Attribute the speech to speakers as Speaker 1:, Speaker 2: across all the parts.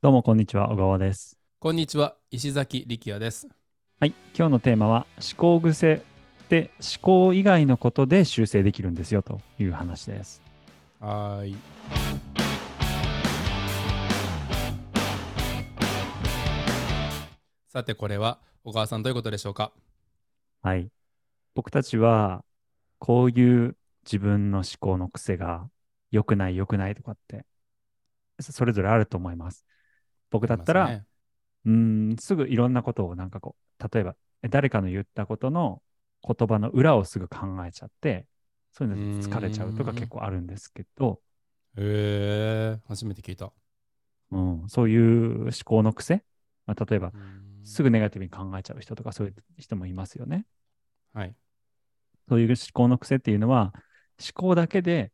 Speaker 1: どうもこんにちは、小川です。
Speaker 2: こんにちは、石崎力也です。
Speaker 1: はい、今日のテーマは思考癖って思考以外のことで修正できるんですよという話です。
Speaker 2: はーい。さて、これは小川さんどういうことでしょうか
Speaker 1: はい。僕たちはこういう自分の思考の癖が良くない良くないとかってそそれぞれあると思います。僕だったら、
Speaker 2: ありますね
Speaker 1: うーん、すぐいろんなことをなんかこう、例えばえ誰かの言ったことの言葉の裏をすぐ考えちゃって、そういうので疲れちゃうとか
Speaker 2: うーん
Speaker 1: 結構あるんですけど、
Speaker 2: へえ、初めて聞いた。
Speaker 1: うん、そういう思考の癖、まあ、例えばすぐネガティブに考えちゃう人とかそういう人もいますよね。
Speaker 2: はい。
Speaker 1: そういう思考の癖っていうのは、思考だけで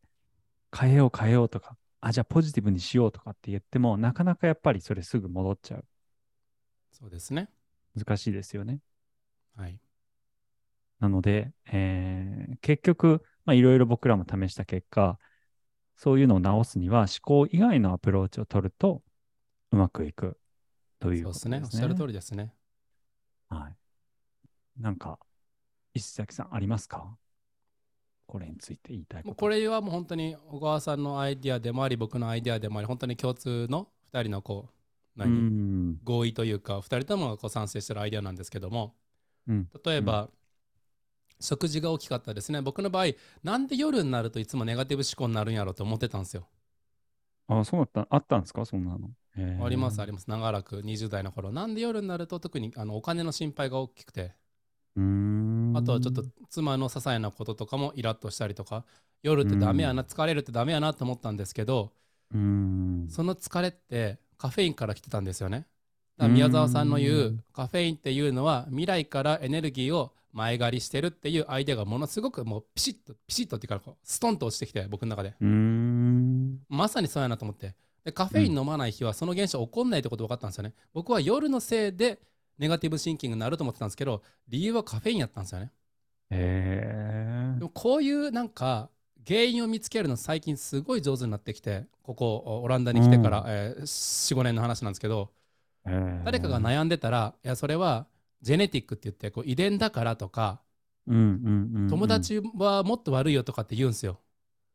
Speaker 1: 変えよう変えようとか、あ、じゃあポジティブにしようとかって言っても、なかなかやっぱりそれすぐ戻っちゃう。
Speaker 2: そうですね。
Speaker 1: 難しいですよね。
Speaker 2: はい。
Speaker 1: なので、えー結局、まあ、いろいろ僕らも試した結果、そういうのを直すには思考以外のアプローチを取るとうまくいくという
Speaker 2: そう
Speaker 1: ことで
Speaker 2: で
Speaker 1: す
Speaker 2: す
Speaker 1: ね
Speaker 2: ね。おっ。しゃる通りですね。
Speaker 1: はい。なんか、石崎さんありますかこれについて言いたいこ
Speaker 2: も
Speaker 1: と。
Speaker 2: うこれはもう本当に小川さんのアイディアでもあり、僕のアイディアでもあり、本当に共通の2人のこう、
Speaker 1: う
Speaker 2: 何、
Speaker 1: ん。
Speaker 2: 合意というか2人ともがこう賛成してるアイデアなんですけども、
Speaker 1: うん
Speaker 2: 例えば、食事が大きかったですね僕の場合なんで夜になるといつもネガティブ思考になるんやろうと思ってたんですよ、
Speaker 1: あ、そうだった、あったんですかそんなの。えー
Speaker 2: ありますあります長らく20代の頃なんで夜になると特にあのお金の心配が大きくて
Speaker 1: うーん。
Speaker 2: あとはちょっと妻の些細なこととかもイラッとしたりとか夜ってダメやな疲れるってダメやなと思ったんですけど
Speaker 1: うーん。
Speaker 2: その疲れってカフェインから来てたんですよね。だから宮沢さんの言
Speaker 1: う
Speaker 2: うんカフェインっていうのは未来からエネルギーを前借りしてるっていうアイデアがものすごくもうピシッとピシッとっていうかこうストンと落ちてきて僕の中で
Speaker 1: うーん。
Speaker 2: まさにそうやなと思ってでカフェイン飲まない日はその現象起こんないってこと分かったんですよね僕は夜のせいでネガティブシンキングになると思ってたんですけど理由はカフェインやったんですよね
Speaker 1: え
Speaker 2: でもこういうなんか原因を見つけるの最近すごい上手になってきてここオランダに来てから、
Speaker 1: うん
Speaker 2: えー、45年の話なんですけど
Speaker 1: ー。
Speaker 2: 誰かが
Speaker 1: い。
Speaker 2: 悩んでたら、いや、それはジェネティックって言って、こう遺伝だからとか、
Speaker 1: うんうんうんうん。
Speaker 2: 友達はもっと悪いよとかって言うんですよ。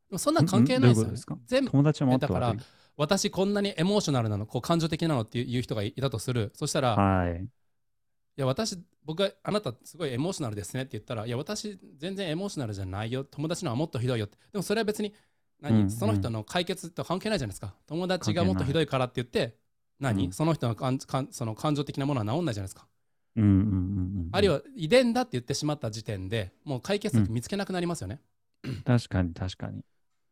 Speaker 2: でもそんなん関係ないですよ、
Speaker 1: うんうんどういうことで
Speaker 2: ね
Speaker 1: すか。
Speaker 2: 全部、
Speaker 1: 友達はもっと
Speaker 2: だから
Speaker 1: 悪い
Speaker 2: 私こんなにエモーショナルなの、こう感情的なのっていう人がいたとする。そしたら、い、
Speaker 1: はい。
Speaker 2: や、私、僕があなたすごいエモーショナルですねって言ったら、いや、私全然エモーショナルじゃないよ。友達のはもっとひどいよって。でもそれは別に、何、
Speaker 1: うんうん
Speaker 2: その人の解決と関係ないじゃないですか。友達がもっとひどいからって言って、何、
Speaker 1: うん
Speaker 2: その人の感感その感情的なものは治んないじゃないですか。
Speaker 1: うんうんうんうん。
Speaker 2: あるいは遺伝だって言ってしまった時点でもう解決策見つけなくなりますよね、
Speaker 1: 確かに確かに。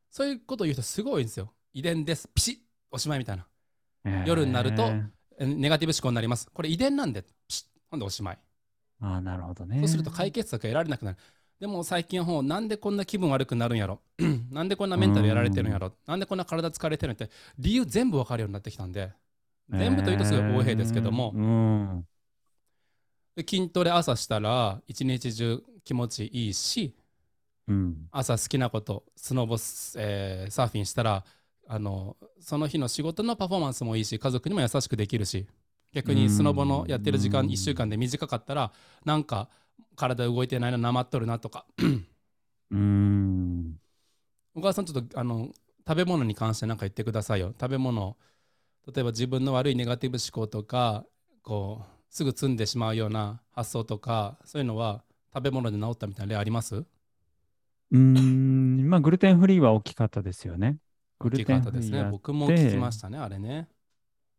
Speaker 2: そういうことを言う人すごい多いんですよ遺伝ですピシッおしまいみたいな夜になると
Speaker 1: えー
Speaker 2: えネガティブ思考になりますこれ遺伝なんでピシッほんでおしまい
Speaker 1: ああ、なるほどね。
Speaker 2: そうすると解決策得られなくなるでも最近はもうなんでこんな気分悪くなるんやろ なんでこんなメンタルやられてるんやろなんでこんな体疲れてるんやって理由全部わかるようになってきたんで全部というとすごい横
Speaker 1: 平
Speaker 2: 柄ですけども、
Speaker 1: うん。
Speaker 2: で筋トレ朝したら一日中気持ちいいし
Speaker 1: うん。
Speaker 2: 朝好きなことスノボス、えーサーフィンしたらあのその日の仕事のパフォーマンスもいいし家族にも優しくできるし逆
Speaker 1: う
Speaker 2: に
Speaker 1: ん
Speaker 2: スノボのやってる時間
Speaker 1: うん
Speaker 2: 1週間で短かったらなんか体動いてないななまっとるなとか
Speaker 1: うん。
Speaker 2: 小川さんちょっとあの食べ物に関して何か言ってくださいよ食べ物例えば自分の悪いネガティブ思考とかこうすぐ詰んでしまうような発想とかそういうのは食べ物で治ったみたいな例あります
Speaker 1: うん。まあ、グルテンフリーは大きかったですよね。グル
Speaker 2: 聞
Speaker 1: テン
Speaker 2: 方
Speaker 1: フ
Speaker 2: で
Speaker 1: リ
Speaker 2: す
Speaker 1: ーや
Speaker 2: ね
Speaker 1: っ
Speaker 2: 僕も聞きましたねあれね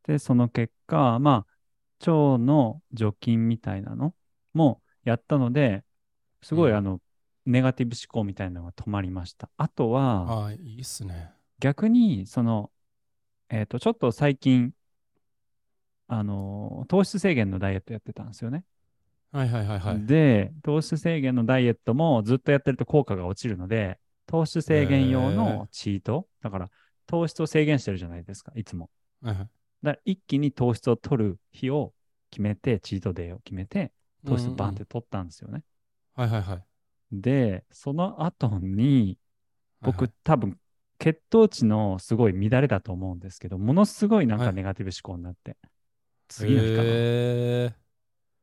Speaker 1: て、その結果、まあ、腸の除菌みたいなのもやったので、すごい、
Speaker 2: うん
Speaker 1: あの、ネガティブ思考みたいなのが止まりました。あとは、
Speaker 2: はい、いいっすね。
Speaker 1: 逆に、その、えっ、と、ちょっと最近、あのー糖質制限のダイエットやってたんですよね。
Speaker 2: はいはいはいはい。
Speaker 1: で、糖質制限のダイエットもずっとやってると効果が落ちるので、糖質制限用
Speaker 2: へ
Speaker 1: のチート、だから糖質を制限してるじゃないですか、いつも。
Speaker 2: はいはい
Speaker 1: だから一気に糖質を取る日を決めて、チートデーを決めて、糖質バンって取ったんですよね。
Speaker 2: うんうんはいはいはい。
Speaker 1: で、その後に、
Speaker 2: はいは
Speaker 1: 僕
Speaker 2: い、
Speaker 1: 多分血糖値のすごい乱れだと思うんですけど、ものすごいなん
Speaker 2: は
Speaker 1: か
Speaker 2: い
Speaker 1: ネガティブ思考になって、次の日かな。
Speaker 2: へ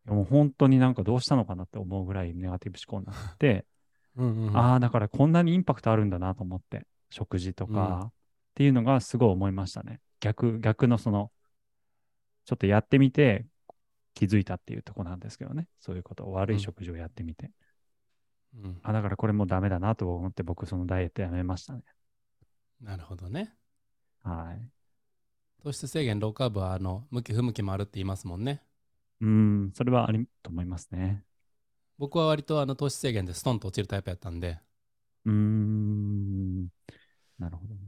Speaker 1: もう本当になんかどうしたのかなって思うぐらいネガティブ思考になって、
Speaker 2: ーうんうん、
Speaker 1: ああ、だからこんなにインパクトあるんだなと思って、食事とか、
Speaker 2: う
Speaker 1: っていうのがすごい思いましたね。逆、逆のその、ちょっとやってみて気づいたっていうとこなんですけどね。そういうこと、悪
Speaker 2: う
Speaker 1: い
Speaker 2: ん
Speaker 1: 食事をやってみて。
Speaker 2: うん、
Speaker 1: あ、だからこれもうダメだなと思って、僕そのダイエットやめましたね。
Speaker 2: なるほどね。
Speaker 1: はい。
Speaker 2: 糖質制限ローカーブはあの向き不向きもあるって言いますもんね。
Speaker 1: うん、それはありと思いますね。
Speaker 2: 僕は割とあの糖質制限でストンと落ちるタイプやったんで、
Speaker 1: うーん、なるほどね。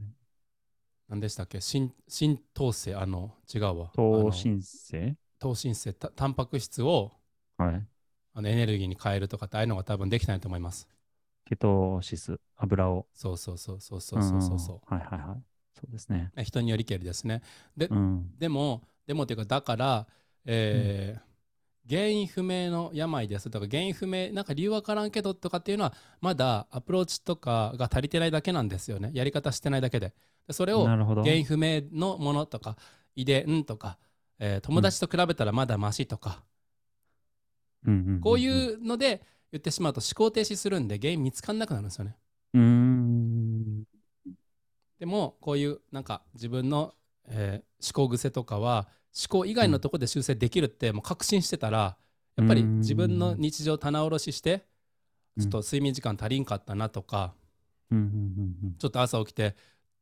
Speaker 2: 何でしたっけ新新糖性、あの、違うわ。
Speaker 1: 糖
Speaker 2: あの
Speaker 1: 申請
Speaker 2: 糖新性、たタンパク質を
Speaker 1: はい。
Speaker 2: あのエネルギーに変えるとかってああいうのが多分できないと思います。
Speaker 1: ケトシス、油を。
Speaker 2: そうそうそうそうそうそうそうそ
Speaker 1: うんはいはいはい。そうですね。
Speaker 2: う。人によりけりですね。
Speaker 1: うん。
Speaker 2: でも、でもっていうか、だから、えー原因不明の病ですとか、原因不明、なんか理由わからんけどとかっていうのは、まだアプローチとかが足りてないだけなんですよね。やり方してないだけで。でそれを
Speaker 1: なるほど。
Speaker 2: 原因不明のものとか遺伝とか、えー友達と比べたらまだマシとか、
Speaker 1: うんうんうん
Speaker 2: こう
Speaker 1: うん。う
Speaker 2: いうので言ってしまうと思考停止するんで原因見つかんなくなるんですよね
Speaker 1: ーん。
Speaker 2: でもこういうなんか自分の、えー思考癖とかは思考以外のところで修正できるってもう確信してたらやっぱり
Speaker 1: うん
Speaker 2: 自分の日常棚卸しして
Speaker 1: うん
Speaker 2: ちょっと睡眠時間足りんかったなとか
Speaker 1: うんうん
Speaker 2: ちょっと朝起きて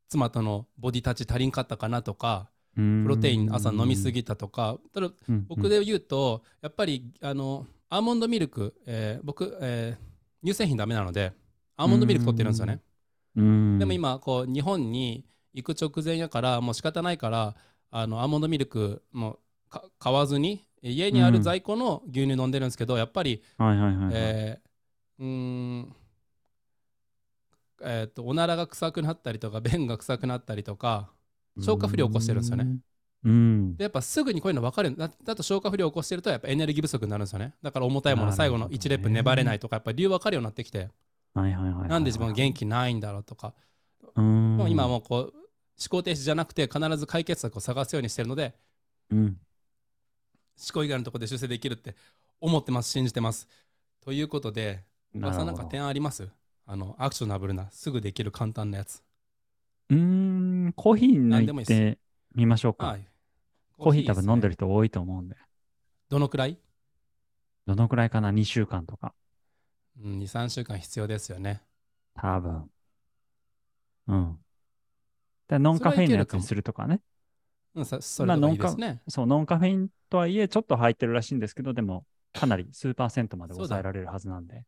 Speaker 2: 妻とのボディタッチ足りんかったかなとか
Speaker 1: うんうん。
Speaker 2: プロテイン朝飲みすぎたとかただ
Speaker 1: うんうん。
Speaker 2: 僕で言うと、やっぱりあのアーモンドミルク、えー僕、えー乳製品ダメなのでアーモンドミルク取ってるんですよね、
Speaker 1: うん。
Speaker 2: でも今こう日本に行く直前やからもう仕方ないからあのアーモンドミルクもか買わずにえ家にある在庫の牛乳飲んでるんですけど、やっぱり、
Speaker 1: はいはいはいはい。
Speaker 2: えーうーんえー、とおならが臭くなったりとか便が臭くなったりとか消化不良起こしてるんですよね
Speaker 1: うん。うん。
Speaker 2: でやっぱすぐにこういうの分かるだだと消化不良を起こしてるとやっぱエネルギー不足になるんですよねだから重たいもの
Speaker 1: な
Speaker 2: 最
Speaker 1: るほ
Speaker 2: 後
Speaker 1: どね
Speaker 2: の1レップ粘れないとかやっぱ理由分かるようになってきて
Speaker 1: はいはいはいはいはい。
Speaker 2: なんで自分は元気ないんだろうとか、
Speaker 1: うん。
Speaker 2: もう今はもうこう思考停止じゃなくて必ず解決策を探すようにしてるので
Speaker 1: うん。
Speaker 2: 思考以外のところで修正できるって思ってます信じてますということで小川さ
Speaker 1: な
Speaker 2: んなん
Speaker 1: るほど
Speaker 2: か提案ありますあのアクショナブルなすぐできる簡単なやつ
Speaker 1: うーん。コーヒー
Speaker 2: なんでも
Speaker 1: 抜
Speaker 2: いい
Speaker 1: い
Speaker 2: っす
Speaker 1: てみましょうか
Speaker 2: は。い
Speaker 1: コーヒー多分飲んで
Speaker 2: る
Speaker 1: る人多いと思うんで。
Speaker 2: どのくらい、
Speaker 1: どのくらいかな ?2 週間とか。
Speaker 2: うん、23週間必要ですよね
Speaker 1: 多分。うん。だからノンカフェインのやつにするとかね。
Speaker 2: うんさそれとかいいですね
Speaker 1: そう、ノンカフェインとはいえ、ちょっと入ってるらしいんですけど、でも、かなり数パーセントまで抑えられるはずなんで。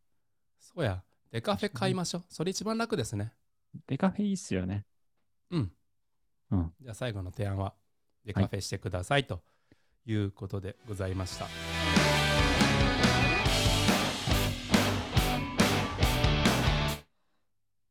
Speaker 2: そうや、デカフェ買いましょう。それ一番楽ですね。
Speaker 1: デカフェいいっすよね。
Speaker 2: うん。
Speaker 1: うん
Speaker 2: じゃあ最後の提案は、デカフェしてくださいということでございました。